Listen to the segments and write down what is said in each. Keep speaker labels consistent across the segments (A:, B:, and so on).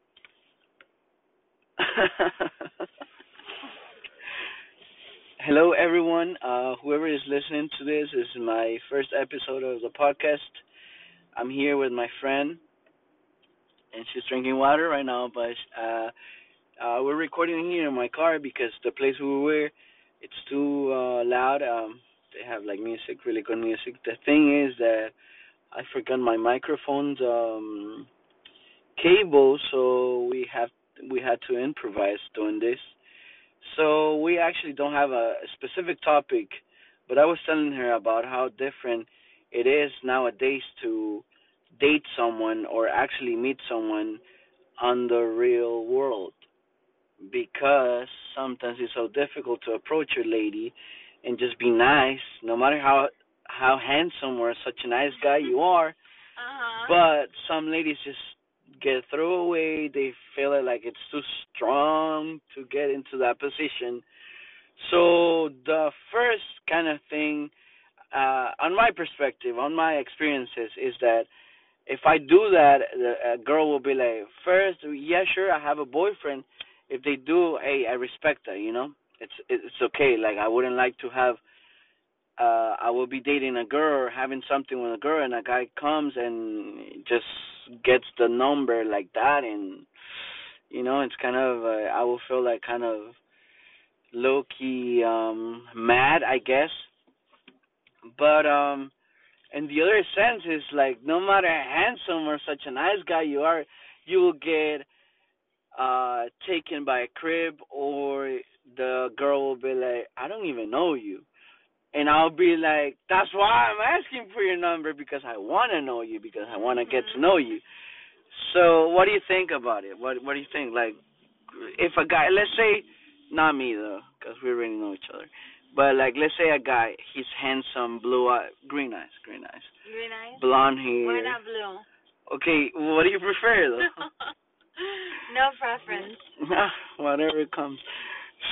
A: Hello, everyone. Uh, whoever is listening to this, this is my first episode of the podcast. I'm here with my friend, and she's drinking water right now. But uh, uh, we're recording here in my car because the place we were, it's too uh, loud. Um, they have like music, really good music. The thing is that I forgot my microphone's um, cable, so we have we had to improvise doing this. So we actually don't have a specific topic, but I was telling her about how different it is nowadays to date someone or actually meet someone on the real world because sometimes it's so difficult to approach your lady and just be nice no matter how how handsome or such a nice guy you are
B: Uh-huh.
A: but some ladies just get thrown away. They feel it like it's too strong to get into that position. So the first kind of thing, uh, on my perspective, on my experiences, is that if I do that, the- a girl will be like, first, yeah, sure, I have a boyfriend. If they do, hey, I respect that. You know, it's it's okay. Like I wouldn't like to have uh I will be dating a girl or having something with a girl and a guy comes and just gets the number like that and you know it's kind of uh, I will feel like kind of low key um mad I guess but um in the other sense is like no matter how handsome or such a nice guy you are you will get uh taken by a crib or the girl will be like I don't even know you and I'll be like, that's why I'm asking for your number because I want to know you because I want to get to know you. So, what do you think about it? What What do you think? Like, if a guy, let's say, not me though, because we already know each other, but like, let's say a guy, he's handsome, blue eye, green eyes, green eyes,
B: Very nice.
A: blonde
B: We're
A: hair.
B: not blue.
A: Okay, what do you prefer though?
B: no preference.
A: Whatever comes.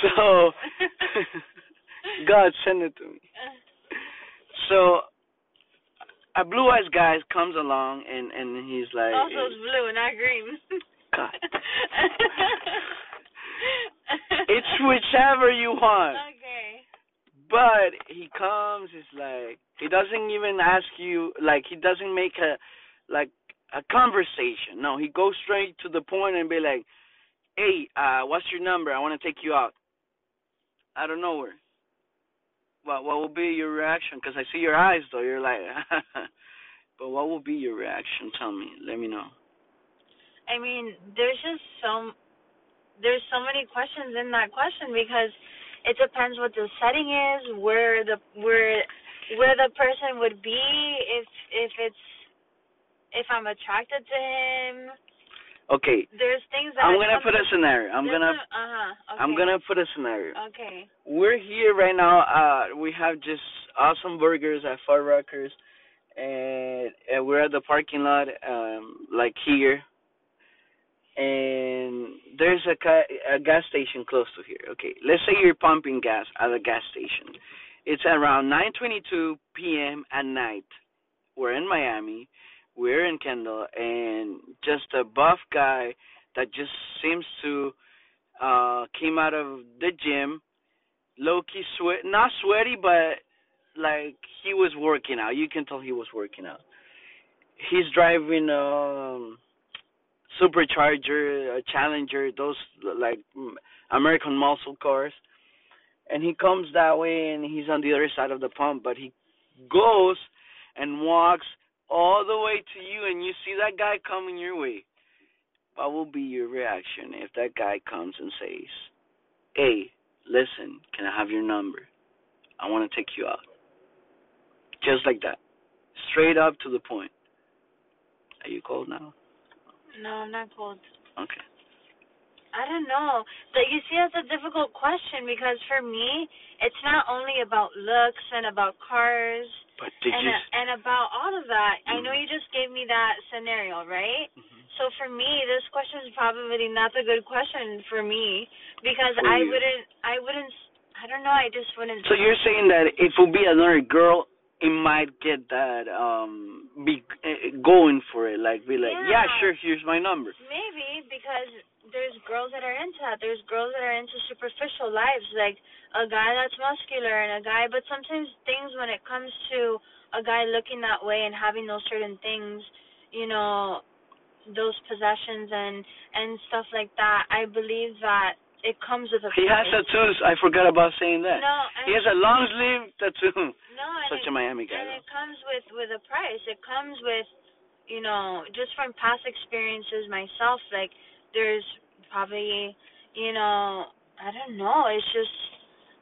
A: So, God send it to me. So a blue eyes guy comes along and and he's like
B: also, it's blue, not green.
A: God. It's whichever you want.
B: Okay.
A: But he comes, he's like he doesn't even ask you like he doesn't make a like a conversation. No, he goes straight to the point and be like, Hey, uh, what's your number? I wanna take you out. Out of nowhere. What what will be your reaction? Because I see your eyes though, you're like But what will be your reaction? Tell me. Let me know.
B: I mean, there's just so there's so many questions in that question because it depends what the setting is, where the where where the person would be if if it's if I'm attracted to him.
A: Okay.
B: There's things that
A: I'm gonna put a scenario. I'm gonna
B: Uh huh. Okay.
A: I'm gonna put a scenario.
B: Okay.
A: We're here right now. Uh, we have just awesome burgers at Far Rockers, and, and we're at the parking lot, um, like here. And there's a ca- a gas station close to here. Okay, let's say you're pumping gas at a gas station. It's around 9:22 p.m. at night. We're in Miami. We're in Kendall, and just a buff guy that just seems to uh came out of the gym low key sweat not sweaty but like he was working out you can tell he was working out he's driving um supercharger a challenger those like mm, american muscle cars and he comes that way and he's on the other side of the pump but he goes and walks all the way to you and you see that guy coming your way what will be your reaction if that guy comes and says, Hey, listen, can I have your number? I want to take you out. Just like that. Straight up to the point. Are you cold now?
B: No, I'm not cold.
A: Okay.
B: I don't know. But you see, that's a difficult question because for me, it's not only about looks and about cars
A: But did
B: and uh,
A: you.
B: and about all of that. I know
A: Mhm.
B: you just gave me that scenario, right?
A: Mhm.
B: So for me, this question is probably not a good question for me because
A: For
B: I
A: you.
B: wouldn't, I wouldn't, I don't know, I just wouldn't.
A: So you're saying that if it would be another girl, it might get that, um, be eh, eh, going for it. Like, be like, yeah,
B: Yeah.
A: sure, here's my number.
B: Maybe because there's girls that are into that. There's girls that are into superficial lives, like a guy that's muscular and a guy. But sometimes things when it comes to a guy looking that way and having those certain things, you know, those possessions and and stuff like that. I believe that it comes with a.
A: He has
B: price.
A: tattoos. I forgot about saying that.
B: No,
A: He has
B: and-
A: a long sleeve tattoo.
B: No, and
A: Such
B: it-
A: a Miami guy.
B: and
A: though.
B: it comes with with a price. It comes with, you know, just from past experiences myself. Like there's probably, you know, I don't know. It's just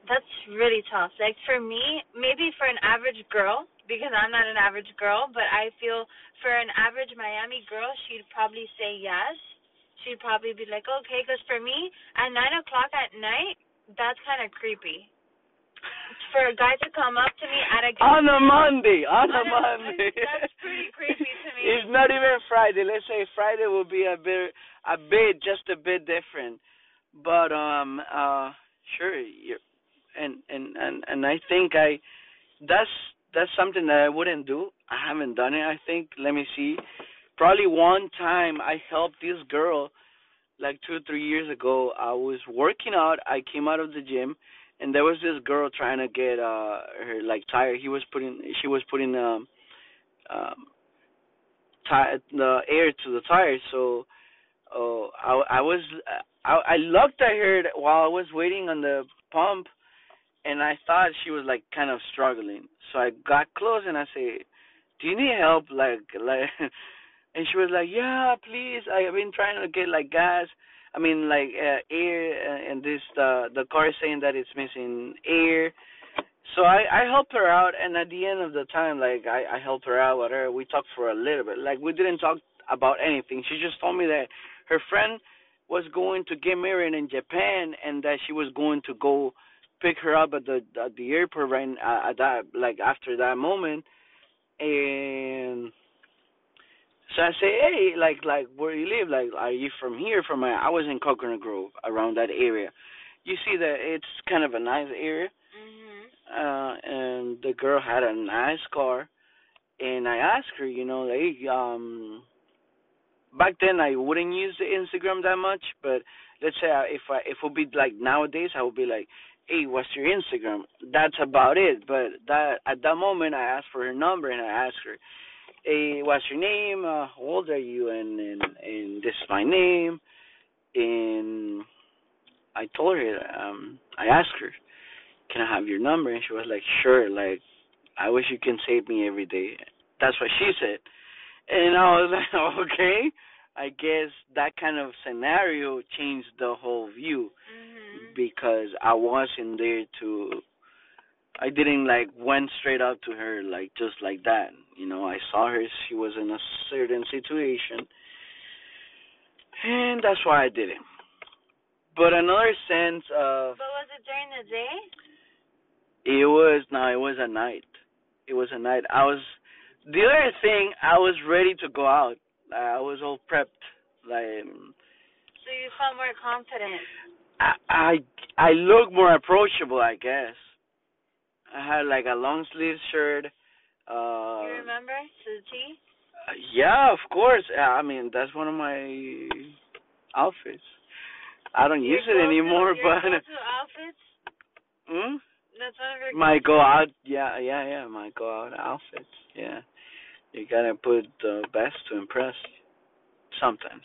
B: that's really tough. Like for me, maybe for an average girl, because I'm not an average girl, but I feel for an average Miami girl, she'd probably say yes. She'd probably be like, okay, because for me, at nine o'clock at night, that's kind of creepy. For a guy to come up to me at a
A: On a Monday, on
B: On
A: a
B: a-
A: Monday.
B: that's pretty creepy to me.
A: It's not even Friday. Let's say Friday will be a bit, a bit, just a bit different. But um, uh, sure, you're, and and and and I think I, that's that's something that I wouldn't do. I haven't done it. I think. Let me see. Probably one time I helped this girl, like two three years ago. I was working out. I came out of the gym, and there was this girl trying to get uh her like tire he was putting she was putting um um tire the air to the tire so oh i i was i i looked at her while i was waiting on the pump and i thought she was like kind of struggling so i got close and i say do you need help like like and she was like yeah please i've been trying to get like gas I mean, like uh, air, uh, and this uh, the car is saying that it's missing air. So I I helped her out, and at the end of the time, like I I helped her out, whatever. We talked for a little bit. Like we didn't talk about anything. She just told me that her friend was going to get married in Japan, and that she was going to go pick her up at the at the airport right uh, at that like after that moment, and. So I say, hey, like, like, where you live? Like, are you from here? From my, I was in Coconut Grove, around that area. You see that it's kind of a nice area,
B: Mhm.
A: uh, and the girl had a nice car. And I asked her, you know, like, um, back then I wouldn't use the Instagram that much, but let's say I, if I, if it would be like nowadays, I would be like, hey, what's your Instagram? That's about it. But that at that moment, I asked for her number and I asked her, hey, what's your name? Uh, how old are you? And, and and this is my name. And I told her, um, I asked her, can I have your number? And she was like, sure. Like, I wish you can save me every day. That's what she said. And I was like, okay. I guess that kind of scenario changed the whole view
B: Mhm.
A: because I wasn't there to I didn't like went straight up to her like just like that. You know, I saw her she was in a certain situation and that's why I did it. But another sense of
B: But was it during the day?
A: it was no, it was a night. It was a night. I was the other thing, I was ready to go out. I was all prepped. Like um,
B: So you felt more confident.
A: I I I look more approachable, I guess. I had like a long sleeve shirt. Uh,
B: you remember to the T?
A: yeah, of course. I mean, that's one of my outfits. I don't use it
B: Your
A: anymore,
B: go-to- your
A: but
B: go-to outfits.
A: Hmm?
B: That's one of your.
A: my go out. Yeah, yeah, yeah. My go out outfits. Yeah, you gotta put the best to impress. Sometimes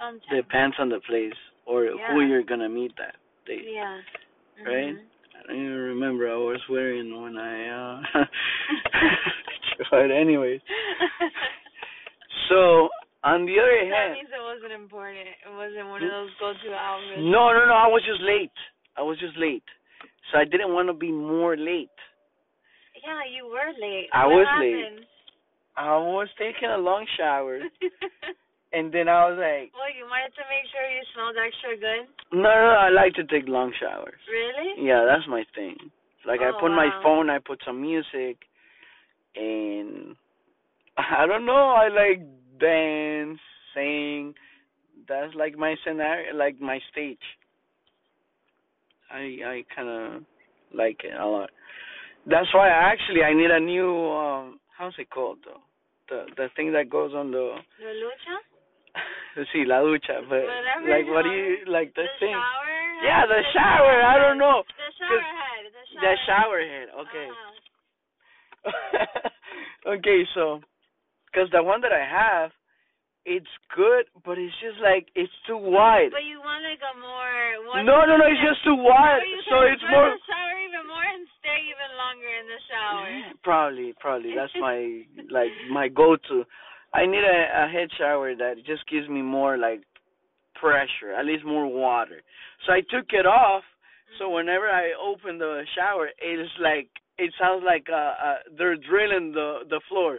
B: Sometimes.
A: depends on the place or who
B: Yeah.
A: you're gonna meet that day.
B: Yeah.
A: Right?
B: Mhm.
A: I don't even remember I was wearing when I uh but anyways. So on the other
B: that
A: hand
B: means it wasn't important. It wasn't one of those go-to outfits.
A: Mm. No no no I was just late. I was just late. So I didn't want to be more late.
B: Yeah, you were late.
A: I
B: what
A: was
B: happened?
A: I was taking a long shower and then I was like
B: well, you wanted to make sure you smelled extra good.
A: No no, no I like to take long showers.
B: Really?
A: Yeah, that's my thing. Like I
B: Oh,
A: put my
B: wow.
A: phone, I put some music, and I don't know. I like dance, sing. That's like my scenario, like my stage. I I kind of like it a lot. That's why I actually I need a new um how's it called though the the thing that goes on the
B: The lucha?
A: see la ducha, but
B: Whatever
A: like
B: you
A: what do
B: want.
A: you like the,
B: the
A: thing?
B: shower. head,
A: Yeah, the shower.
B: shower
A: I don't
B: head,
A: know.
B: The shower head. The shower.
A: The shower head.
B: head.
A: Okay.
B: Uh-huh.
A: okay, so because the one that I have, it's good, but it's just like it's too wide.
B: But you want like a more. One
A: No, no, no, it's just too wide, so it's more.
B: The shower even more and stay even longer in the shower.
A: Probably, probably that's my like my go-to. I need a, a head shower that just gives me more like pressure, at least more water. So I took it off. So whenever I open the shower, it's like it sounds like uh, uh they're drilling the the floor.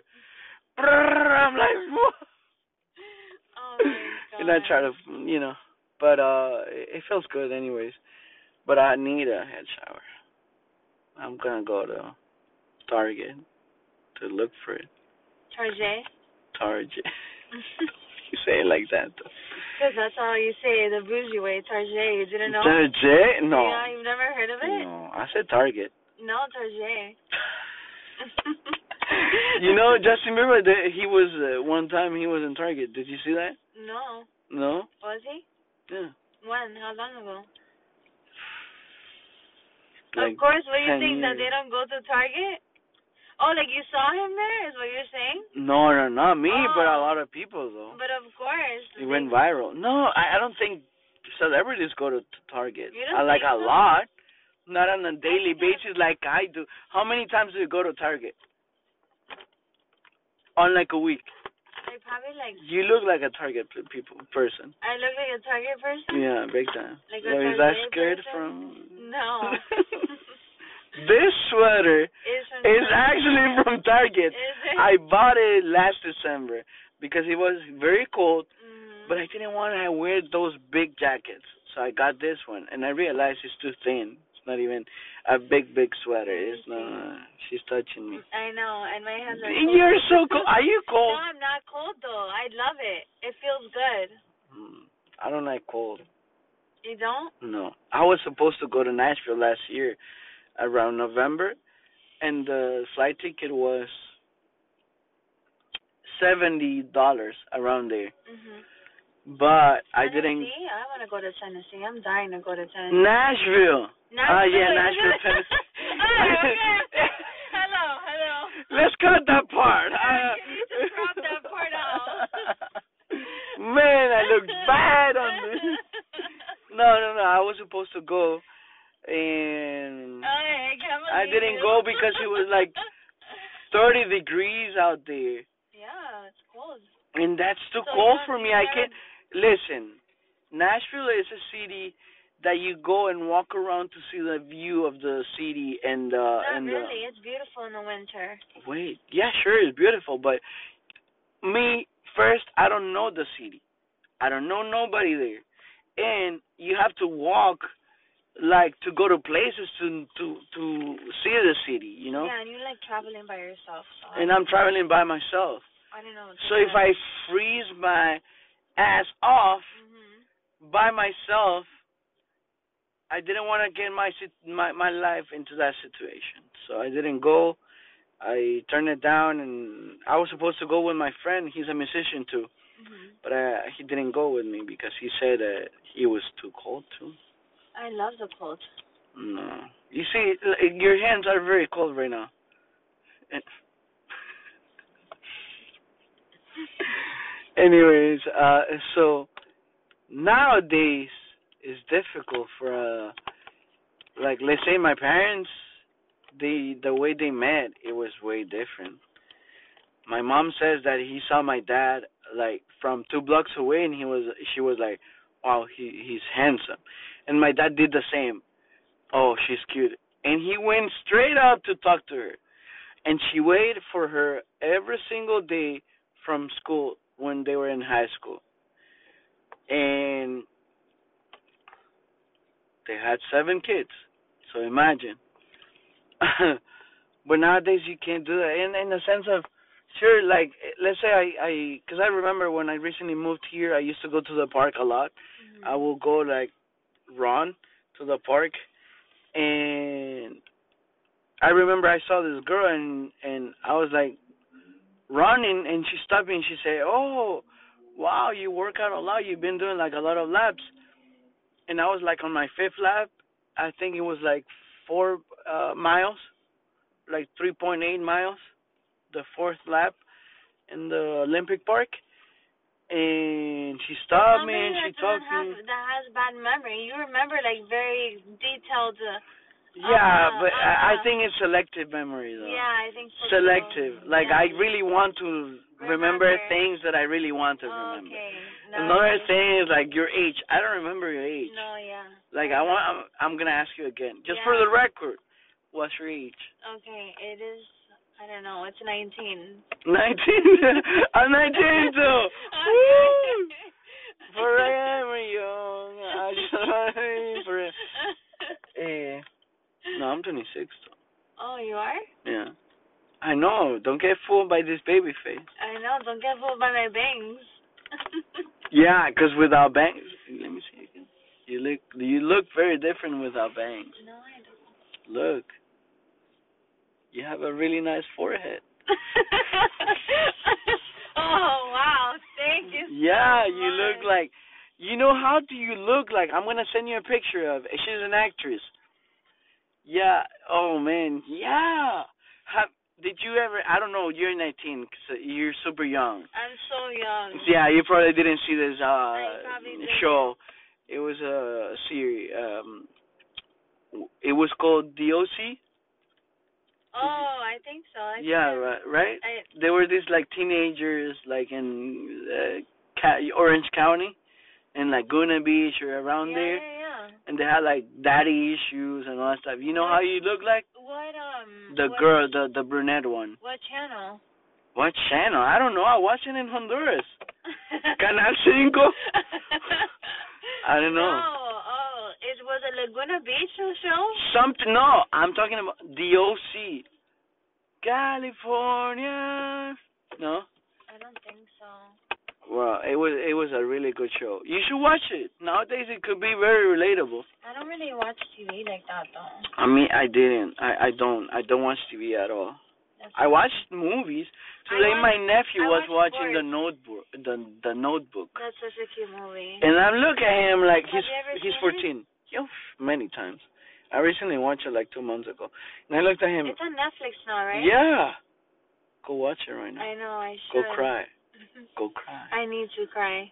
A: Brrrr, I'm like.
B: Oh my god.
A: and I try to, you know, but uh, it it feels good anyways. But I need a head shower. I'm gonna go to Target to look for it.
B: Tarjay.
A: Target. you say it like that.
B: Because that's all you say, the bougie way, Tarjay. You didn't know?
A: Target? No.
B: Yeah, you've never heard of it?
A: No, I said Target.
B: No, Tarjay.
A: you know, Justin Bieber. The, he was uh, one time. He was in Target. Did you see that?
B: No.
A: No.
B: Was he?
A: Yeah.
B: When? How long ago?
A: Like,
B: of course, what do you
A: 10
B: think? That they
A: years.
B: don't go to Target? Oh, like you saw him there, is what you're saying?
A: No, no, not me, but a
B: Oh.
A: lot of people though.
B: But of course.
A: It went
B: like,
A: viral. No, I, I don't think celebrities go to t- Target.
B: You don't
A: Uh, like
B: think
A: a
B: so?
A: lot, not on a daily
B: think
A: basis
B: that-
A: like I do. How many times do you go to Target? On like a week.
B: like, probably like,
A: You look like a Target p- people person.
B: I look like a Target person?
A: Yeah, big time.
B: Like a
A: so is that
B: Target
A: scared
B: person?
A: from?
B: No.
A: this sweater
B: It's from
A: is
B: Target.
A: actually from Target.
B: Is it?
A: I bought it last December because it was very cold
B: Mhm.
A: But I didn't want to wear those big jackets, so I got this one, and I realized it's too thin. It's not even a big, big sweater. It's not. She's touching me.
B: I know, and my hands are. cold.
A: You're so Oh. cold. Are you
B: No,
A: cold?
B: I'm not cold though. I love it. It feels good.
A: Hmm, I don't like cold.
B: You don't?
A: No. I was supposed to go to Nashville last year, around November, and the flight ticket was seventy dollars around there.
B: Mhm.
A: But I didn't.
B: Tennessee? I want to go to Tennessee. I'm dying to go to Tennessee.
A: Nashville. Ah, yeah, Nashville, Tennessee.
B: oh, okay. hello, hello.
A: Let's cut that part.
B: Yeah, you need to crop that part out.
A: Man, I look bad on this. No, no, no. I was supposed to go, and
B: I, can't
A: I
B: believe
A: didn't
B: you.
A: go because it was like- 30 degrees out there,
B: Yeah, it's cold.
A: and that's too
B: So you
A: cold
B: don't
A: for me.
B: think
A: I
B: that-
A: can't. Listen, Nashville is a city that you go and walk around to see the view of the city and uh
B: Not
A: and the,
B: really. It's beautiful in the winter.
A: wait, yeah, sure, it's beautiful, but me first, I don't know the city, I don't know nobody there, and you have to walk like to go to places to to to see the city, you know.
B: Yeah, and you like traveling by yourself. So I-
A: And I'm traveling by myself,
B: I don't know. What to
A: so if
B: do.
A: I freeze my ass off
B: Mhm.
A: by myself, I didn't want to get my sit- my my life into that situation, so I didn't go. I turned it down, and I was supposed to go with my friend. He's a musician too,
B: Mhm.
A: but uh, he didn't go with me because he said uh, he was too cold too.
B: I love the cold.
A: No, you see, l- your hands are very cold right now. And- Anyways, uh, so nowadays it's difficult for uh, like let's say my parents, they the way they met it was way different. My mom says that he saw my dad like from two blocks away, and he was she was like, "Wow, he he's handsome," and my dad did the same. Oh, she's cute, and he went straight up to talk to her, and she waited for her every single day from school when they were in high school. And they had seven kids. So imagine. but nowadays you can't do that. And in the sense of, sure, like, let's say I, I, because I remember when I recently moved here, I used to go to the park a lot.
B: Mm-hmm.
A: I will go like run to the park and I remember I saw this girl and and I was like running and she stopped me and she said, "Oh, wow, you work out a lot. You've been doing like a lot of laps. And I was like on my fifth lap. I think it was like four uh, miles, like 3.8 miles, the fourth lap in the Olympic Park. And she stopped me and she talked to
B: have,
A: me.
B: that has bad memory. You remember like very detailed. Uh,
A: Yeah,
B: Uh-huh,
A: but I, I
B: uh-huh.
A: think it's selective memory though.
B: yeah, I think so.
A: Selective. Like
B: yeah.
A: I really want to remember,
B: Remember.
A: things that I really want to remember.
B: Okay. No,
A: Another
B: okay.
A: thing is like your age. I don't remember your age.
B: No, yeah.
A: Like I want. I'm, I'm gonna ask you again, just
B: Yeah.
A: for the record. What's your age?
B: Okay, it is. I don't know. It's 19.
A: Nineteen. I'm nineteen too. Woo!
B: Okay.
A: Forever young. I shall be forever. Eh, no, I'm 26.
B: Oh, you are?
A: Though. Yeah. I know. Don't get fooled by this baby face.
B: I know. Don't get fooled by my bangs.
A: Yeah, 'cause without bangs, let me see again. You look you look very different without bangs.
B: no, I don't.
A: Look, you have a really nice forehead.
B: oh wow! Thank you. so
A: Yeah, you look
B: much.
A: like. You know how do you look like? I'm gonna send you a picture of. She's an actress. Yeah. Oh man. Yeah. Have, did you ever? I don't know. You're 19. you you're super young.
B: I'm so young.
A: Yeah, you probably didn't see this
B: I
A: uh
B: probably didn't.
A: show. It was a series. Um, w- it was called The OC.
B: Oh, I think so. I
A: yeah,
B: think
A: right. Right.
B: I,
A: They were these like teenagers, like in uh, Ca- Orange County, in Laguna Beach or around
B: yeah,
A: there,
B: Yeah, yeah.
A: and they had like daddy issues and all that stuff. You know how you look like
B: What um?
A: the
B: what,
A: girl, the the brunette one.
B: What channel?
A: What channel? I don't know. I watched it in Honduras. Canal Cinco. I don't know.
B: Oh, oh, it was a Laguna Beach show.
A: Something. No, I'm talking about DOC. California. No.
B: I don't think so.
A: Well, it was it was a really good show. You should watch it. Nowadays, it could be very relatable.
B: I don't really watch TV like that though.
A: I mean, I didn't. I I don't. I don't watch TV at all.
B: That's
A: I watched movies.
B: I
A: Today,
B: watch-
A: my nephew
B: I
A: was
B: watch
A: watching The Notebook. The The Notebook.
B: That's such a cute movie.
A: And I look at him like
B: Have
A: he's
B: you ever
A: he's
B: seen
A: 14. Yo, many times. I recently watched it like two months ago, and I looked at him.
B: It's on Netflix now, right?
A: Yeah. Go watch it right now.
B: I know. I
A: Go
B: should.
A: cry. Go cry.
B: I need to cry.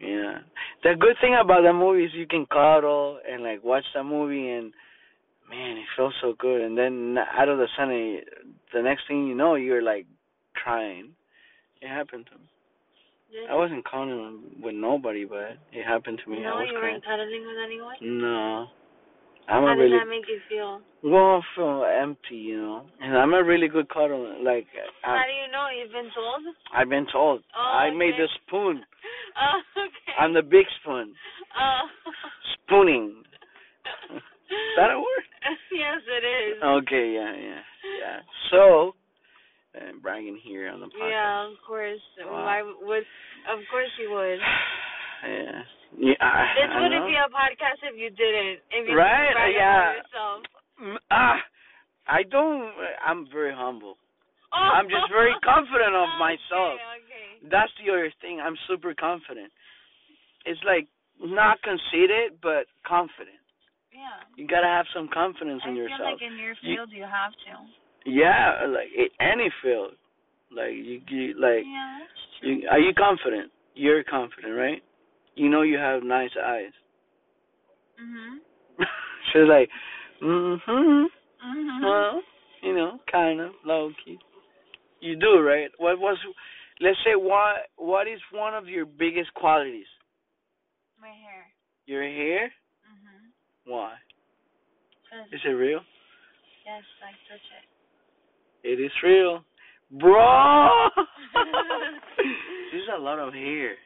A: Yeah. The good thing about that movie is you can cuddle and like watch that movie and man, it feels so good. And then out of the sunny, the next thing you know, you're like crying. It happened to me.
B: Did
A: I wasn't cuddling with nobody, but it happened to me. I
B: no,
A: was
B: you
A: crying.
B: weren't cuddling with anyone.
A: No. I'm
B: How
A: a really
B: does that make you feel?
A: well, I feel empty, you know. And I'm a really good cuddler. Like
B: How
A: I,
B: do you know? You've been told.
A: I've been told,
B: Oh,
A: I made
B: okay.
A: the spoon.
B: Oh, okay.
A: I'm the big spoon.
B: Oh.
A: Spooning. Is that a word?
B: yes, it is.
A: Okay, yeah, yeah, yeah. So, uh, bragging here on the podcast.
B: Yeah, of course.
A: Wow.
B: Why would? Of course you would.
A: Yeah. Yeah. I,
B: This
A: I know.
B: wouldn't be a podcast if you didn't. If you
A: Right,
B: didn't brag
A: yeah.
B: about yourself.
A: Mm, Ah, I don't. I'm very humble.
B: Oh.
A: I'm just very confident of myself.
B: Okay. okay.
A: That's the other thing. I'm super confident. It's like not conceited, but confident.
B: Yeah.
A: You gotta have some confidence
B: I
A: in
B: feel
A: yourself.
B: like in your
A: You-
B: field you, have to.
A: yeah, like in any field. Like you, you like.
B: yeah, that's true.
A: You, are you confident? You're confident, right? You know you have nice eyes.
B: mhm.
A: She's like, mm-hmm.
B: Mhm.
A: Well, you know, kind of low key. You do, right? What was? Let's say what what is one of your biggest qualities?
B: My hair.
A: Your hair.
B: Mhm.
A: Why?
B: 'Cause-
A: Is it real?
B: Yes, I touch it.
A: It is real, bro. There's a lot of hair.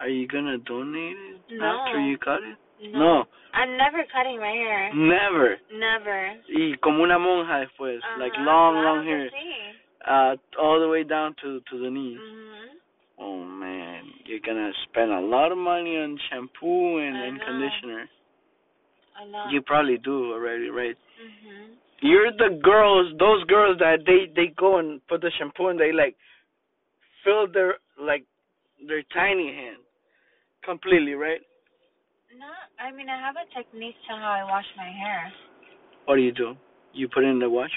A: Are you gonna donate it
B: No.
A: after you cut it?
B: I'm never cutting my hair.
A: Mm. never.
B: Never.
A: Y como una monja después, like
B: Uh-huh.
A: long,
B: Wow,
A: long
B: I
A: hair,
B: see.
A: uh, all the way down to to the knees.
B: Mhm.
A: Oh man, you're gonna spend a lot of money on shampoo and,
B: I
A: and
B: know.
A: conditioner.
B: I know.
A: You probably do already, right?
B: Mhm.
A: You're the girls, those girls that they they go and put the shampoo and they like fill their like their tiny hand completely, right?
B: No, I mean I have a technique to how I wash my hair.
A: What do you do? You put it in the wash?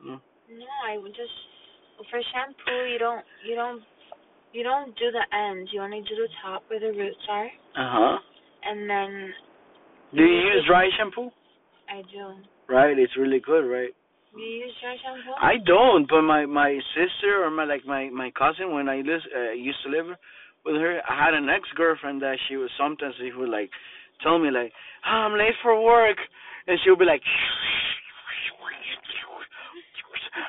A: No.
B: No, I would just for shampoo you don't you don't you don't do the ends. You only do the top where the roots are,
A: Uh huh.
B: and then
A: Do you use dry shampoo?
B: I do.
A: Right, it's really good, right?
B: Do you use dry shampoo?
A: I don't, but my my sister or my like my my cousin when I lis- uh, used to live with her, I had an ex girlfriend that she would sometimes she would like tell me like oh, I'm late for work, and she would be like,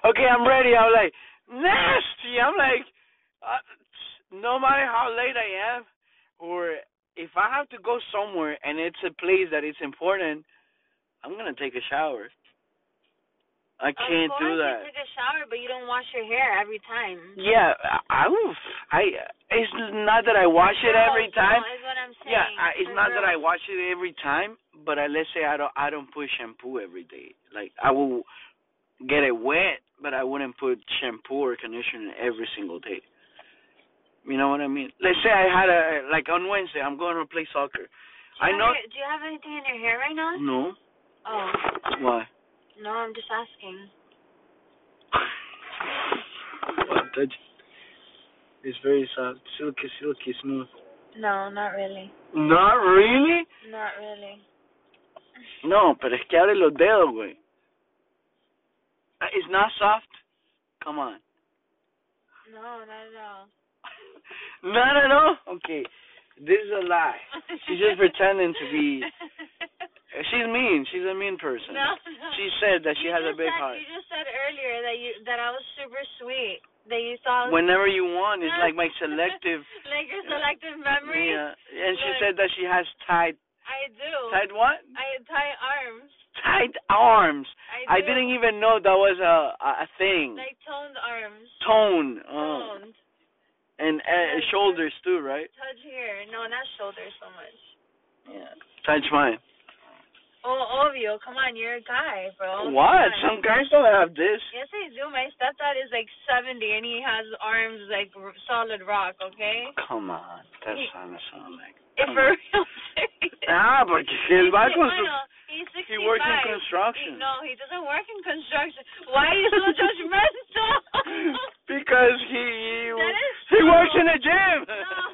A: okay, I'm ready. I'm like nasty. I'm like, uh, no matter how late I am, or if I have to go somewhere and it's a place that is important, I'm gonna take a shower. I can't
B: of course
A: do that.
B: You take a shower, but you don't wash your hair every time.
A: Yeah, I, I would. I it's not that I wash it every
B: Gross, no,
A: time.
B: is what I'm saying.
A: Yeah, I, it's
B: They're
A: not that I
B: gross.
A: wash it every time, but I, let's say I don't I don't put shampoo every day. Like I will get it wet, but I wouldn't put shampoo or conditioner every single day. You know what I mean? Let's say I had a like on Wednesday I'm going to play soccer.
B: Do you
A: I
B: have
A: know. Mm.
B: your- do you have anything in your hair right now?
A: No.
B: Oh
A: Why?
B: no, I'm just asking.
A: Well, touch. It's very soft, silky, silky smooth.
B: No, not really.
A: Not really.
B: Not really.
A: No, pero es que abre los dedos, güey. Uh, It's not soft. Come on.
B: No, not at all.
A: No, no, no. Okay, this is a lie. She's just pretending to be. Uh, She's mean. She's a mean person.
B: No, no.
A: She said that she
B: You
A: has a
B: just
A: big
B: said,
A: heart.
B: You just said earlier that you that I was super sweet. That you thought
A: Whenever you want, it's like my selective.
B: like your selective memory.
A: Yeah, and she
B: Look.
A: said that she has tight,
B: I do.
A: tight what?
B: I tie arms.
A: Tight arms. I
B: I, do.
A: didn't even know that was a a, a thing.
B: like toned arms.
A: Tone. Oh.
B: Toned.
A: And uh,
B: Yes.
A: shoulders too, right?
B: Touch here. No, not shoulders so much.
A: Yeah. Touch mine.
B: Oh, Ovio, come on, you're a guy, bro. Come
A: What?
B: on.
A: Some guys don't have this.
B: Yes, I do. My stepdad is like 70 and he has arms like r- solid rock, okay?
A: Come on, that sounds sound like.
B: If
A: Come
B: for
A: on.
B: real serious.
A: Ah, porque si él
B: He's
A: va a
B: si-
A: constru-
B: bueno, he's 65.
A: he works in
B: He-
A: construction.
B: no, he doesn't work in construction. Why are you so judgmental?
A: Because he
B: That is
A: he
B: so-
A: works in a gym.
B: no,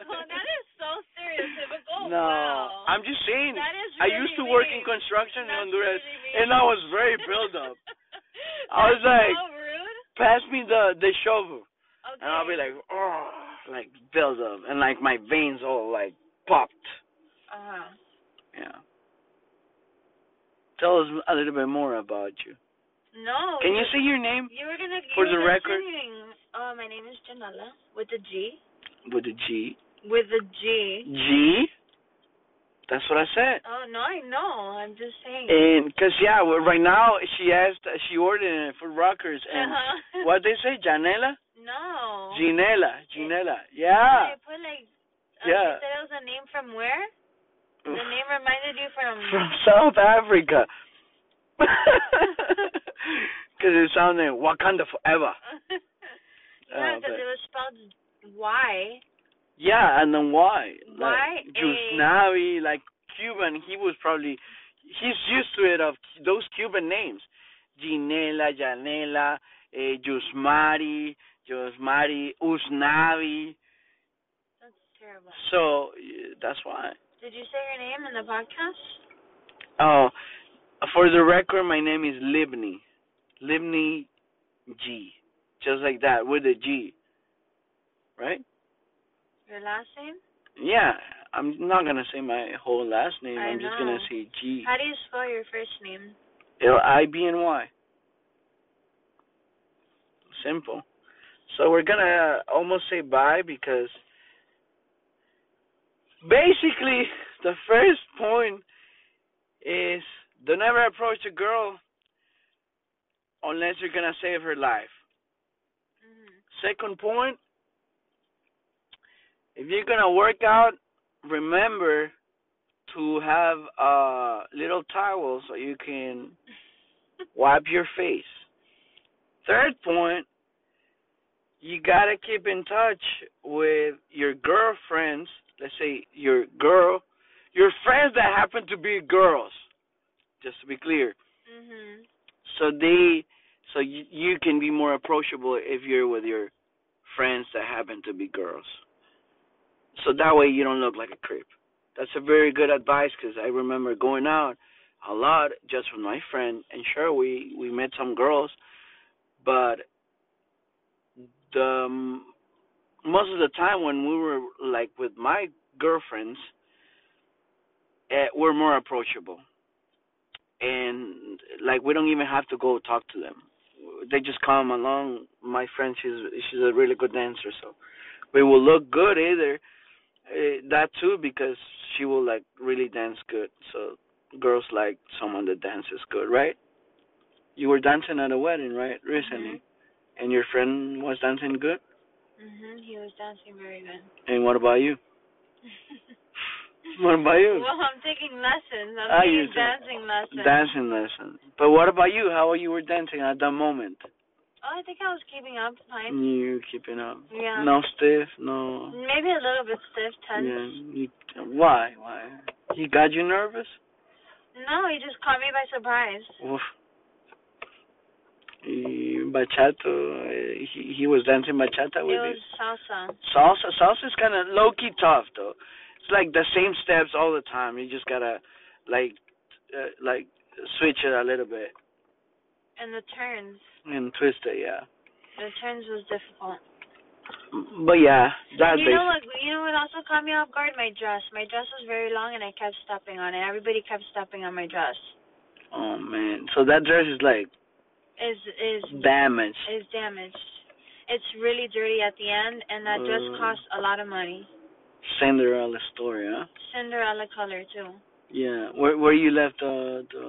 B: that is so stereotypical.
A: No,
B: oh, wow.
A: I'm just saying.
B: That is
A: I
B: really
A: used to work in
B: mean.
A: construction in
B: That's
A: Honduras,
B: really mean.
A: and I was very built up. I
B: That's
A: was like-
B: so rude.
A: Pass me the the shovel,
B: Okay.
A: and I'll be like, oh, like build up, and like my veins all like popped.
B: uh-huh.
A: Yeah. Tell us a little bit more about you.
B: No.
A: Can you
B: you-
A: say your name
B: You were gonna
A: For
B: you were
A: the record?
B: continuing. Uh, my name is Janella with a G.
A: with a G?
B: With a G.
A: G. That's what I said.
B: Oh no, I know. I'm just saying.
A: And cause yeah, well, right now she asked, she ordered it for Rockers, and
B: uh-huh. Oh.
A: what they say, Janela,
B: No.
A: Ginela, Ginela,
B: I
A: yeah,
B: put like. Uh,
A: Yeah.
B: You said it was a name from where? The name reminded you from.
A: from South Africa, cause it sounded Wakanda forever.
B: yeah,
A: Oh,
B: because
A: but-
B: it was spelled Y.
A: Yeah, and then why?
B: Why
A: Like,
B: a-
A: Jusnavi, like Cuban, he was probably he's used to it of those Cuban names. Ginela, Janela, eh, Jusmari, Jusmari, Usnavi.
B: That's terrible.
A: So eh, that's why.
B: Did you say your name in the podcast?
A: Oh, for the record, my name is Libni. Libni G. Just like that, with a G. Right?
B: Your last name?
A: Yeah, I'm not gonna say my whole last name.
B: I
A: I'm just
B: know.
A: gonna say G
B: How do you spell your first name?
A: L I B N Y. Simple. So we're gonna uh, almost say bye because basically the first point is don't ever approach a girl unless you're gonna save her life.
B: Mm-hmm.
A: Second point, if you're gonna work out, remember to have uh little towel so you can wipe your face. Third point, you gotta keep in touch with your girlfriends. Let's say your girl, your friends that happen to be girls. Just to be clear,
B: Mhm.
A: so they, so you, you can be more approachable if you're with your friends that happen to be girls. So that way you don't look like a creep. That's a very good advice because I remember going out a lot just with my friend, and sure we we met some girls, but the um, most of the time when we were like with my girlfriends eh, we're more approachable and like we don't even have to go talk to them they just come along my friend she's she's a really good dancer so we will look good either Eh, that too because she will like really dance good so girls like someone that dances good right you were dancing at a wedding right recently
B: Mhm.
A: and your friend was dancing good?
B: Mhm. He was dancing very good.
A: And what about you? What about you?
B: well, I'm taking lessons. I'm
A: Ah, you
B: taking
A: do.
B: dancing lessons.
A: Dancing lesson. But what about you? How you were dancing at that moment?
B: oh, I think I was keeping up fine.
A: You keeping up?
B: Yeah.
A: No stiff, no.
B: Maybe a little bit stiff, tense.
A: Yeah. You, why? Why? He got you nervous?
B: No, he just caught me by surprise.
A: Oof. He, bachato. eh, He he was dancing bachata
B: It
A: with
B: was salsa.
A: you. Salsa. Salsa is kind of low key tough though. It's like the same steps all the time. You just gotta like uh, like switch it a little bit.
B: And the turns.
A: And Twister, yeah.
B: The turns was difficult.
A: But yeah, that
B: you
A: basic.
B: know what? You know what also caught me off guard? My dress. My dress was very long, and I kept stepping on it. Everybody kept stepping on my dress.
A: oh man, so that dress is like
B: Is is
A: damaged.
B: is damaged. It's really dirty at the end, and that dress
A: Uh.
B: cost a lot of money.
A: Cinderella story, huh?
B: Cinderella color too.
A: Yeah. Where where you left the the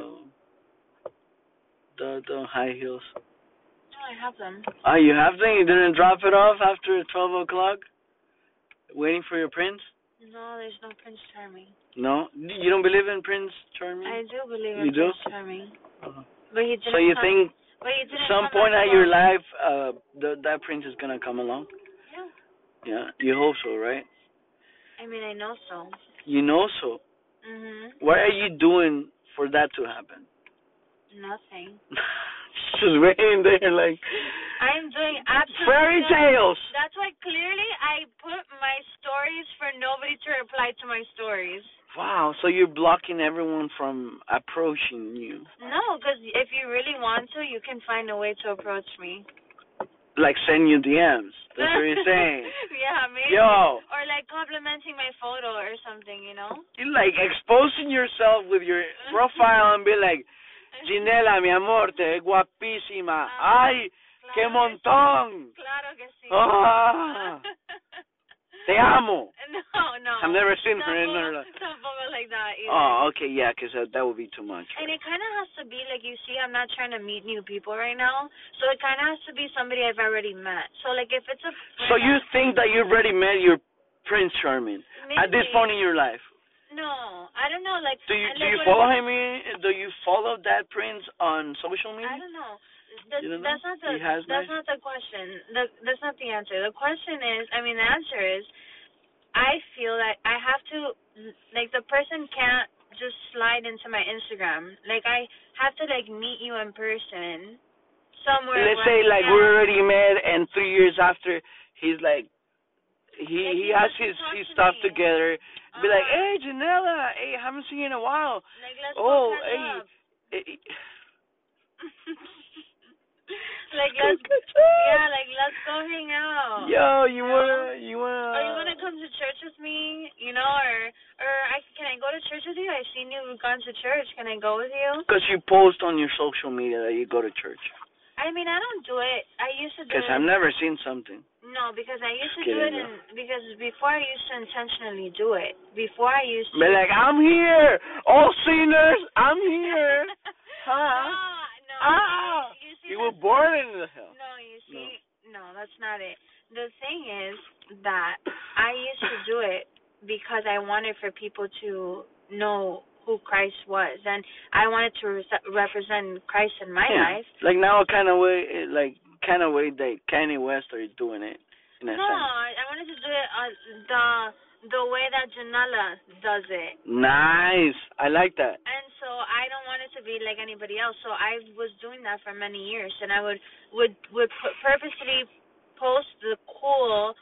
A: the, the high heels?
B: Oh, I have them.
A: Oh, you have them. You didn't drop it off after twelve o'clock, waiting for your prince.
B: No, there's no Prince Charming.
A: No, you don't believe in Prince Charming.
B: I do believe
A: You
B: in
A: do?
B: Prince Charming,
A: Uh-huh.
B: but he didn't.
A: So you
B: come,
A: think
B: But he didn't
A: some
B: come
A: point
B: as
A: at your
B: well.
A: life, uh, the, that prince is gonna come along?
B: Yeah.
A: Yeah, you hope so, right?
B: I mean, I know so.
A: You know so.
B: Mhm.
A: What are you doing for that to happen?
B: Nothing.
A: She's waiting there like
B: I'm doing absolutely.
A: fairy
B: nothing.
A: tales.
B: That's why clearly I put my stories for nobody to reply to my stories.
A: Wow, so you're blocking everyone from approaching you.
B: No, because if you really want to, you can find a way to approach me.
A: Like send you DMs. That's what you're saying.
B: yeah, maybe.
A: Yo.
B: Or like complimenting my photo or something, you know?
A: You're like exposing yourself with your profile and be like, Ginela, mi amor, te ves guapísima. Ay, qué
B: Claro que-
A: montón.
B: Claro que sí.
A: Ah, te amo.
B: No, no.
A: I've never seen her in her
B: Tampoco,
A: life.
B: tampoco like that either.
A: Oh, okay, yeah, 'cause that, that would be too much.
B: And it kind of has to be like you see, I'm not trying to meet new people right now, so it kind of has to be somebody I've already met. So like if it's a
A: So you think that you've already met your Prince Charming at this
B: maybe-
A: point in your life?
B: No, I don't know. Like
A: Do you
B: I-
A: do
B: like
A: you
B: what
A: follow
B: I-
A: him? in- Do you follow that prince on social
B: I
A: media?
B: don't know. That,
A: You don't know?
B: that's not the
A: He has
B: that's
A: nice-
B: not the question. The, that's not the answer. The question is, I mean, the answer is, I feel like I have to like the person can't just slide into my Instagram. Like I have to like meet you in person somewhere.
A: Let's
B: where I
A: say
B: can
A: like
B: get-
A: we already met, and three years after, he's like, he
B: Like,
A: he
B: he
A: has
B: wants to
A: his
B: talk
A: his
B: to
A: stuff
B: me.
A: together. Be like, "Eh,
B: Uh-huh.
A: hey Janela, hey, haven't seen you in a while.
B: Like let's
A: Oh,
B: go catch
A: hey.
B: up.
A: Eh, eh,
B: like let's
A: catch
B: yeah,
A: up.
B: like let's go hang out.
A: Yo, you
B: Yeah.
A: wanna you
B: Or you wanna
A: wanna?
B: come to church with me? You know, or or I can I go to church with you? I've seen you've gone to church. Can I go with you?
A: Because you post on your social media that you go to church.
B: I mean, I don't do it. I used to do
A: Because
B: it.
A: I've never seen something.
B: no, because I used to
A: Just
B: do it,
A: kidding,
B: in, because before I used to intentionally do it. Before I used to.
A: Be like, I'm here, all sinners, I'm here. Huh?
B: No, no.
A: Ah!
B: You see,
A: You were
B: that's-
A: born into the hell.
B: No, you see, no. that's not it. The thing is that I used to do it because I wanted for people to know who Christ was, and I wanted to re- represent Christ in my
A: Yeah.
B: life.
A: Like now, kind of way, it, like kind of way that Kanye West are doing it in a
B: no,
A: sense.
B: I, I wanted to do it uh, the the way that Janela does it.
A: Nice, I like that.
B: And so I don't want it to be like anybody else. So I was doing that for many years, and I would would would pu- purposely post the cool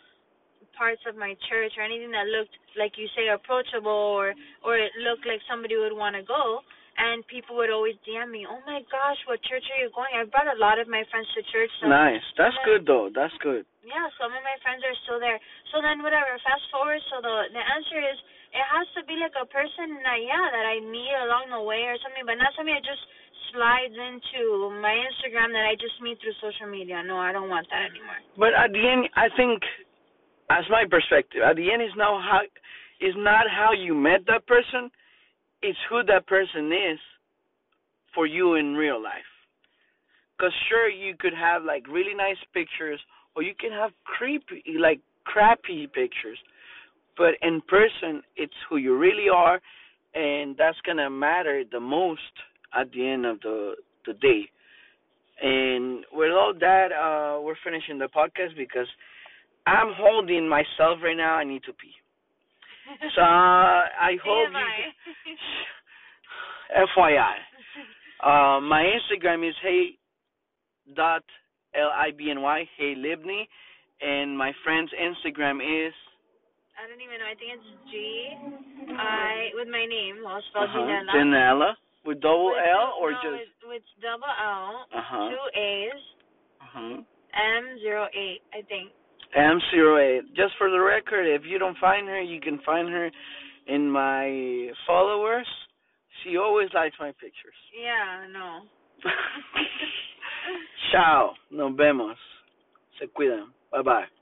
B: parts of my church or anything that looked like you say approachable or or it looked like somebody would want to go. And people would always DM me, "Oh my gosh, what church are you going?" I brought a lot of my friends to church. So
A: Nice, that's
B: Yeah.
A: good though. That's good.
B: yeah, some of my friends are still there. So then whatever, fast forward, so the the answer is it has to be like a person that yeah, that I meet along the way or something, but not somebody that just slides into my Instagram that I just meet through social media. No, I don't want that anymore.
A: But at the end, I think, as my perspective, at the end is now how, is not how you met that person, it's who that person is, for you in real life. Cause sure, you could have like really nice pictures, or you can have creepy, like crappy pictures, but in person, it's who you really are, and that's gonna matter the most at the end of the the day. And with all that, uh, we're finishing the podcast because I'm holding myself right now. I need to pee. So uh, I hope you. FYI, uh, my Instagram is hey dot l i b n y hey libny, and my friend's Instagram is
B: I don't even know. I think it's G I with my name, well spelled
A: uh-huh,
B: Janela.
A: Janela with double
B: With-
A: L or
B: no,
A: just
B: with, with double L,
A: uh huh
B: two A's,
A: uh huh
B: M zero eight, I think.
A: M zero eight. Just for the record, if you don't find her, you can find her in my followers. She always likes my pictures.
B: Yeah, no.
A: Ciao, nos vemos. Se cuidan. Bye bye.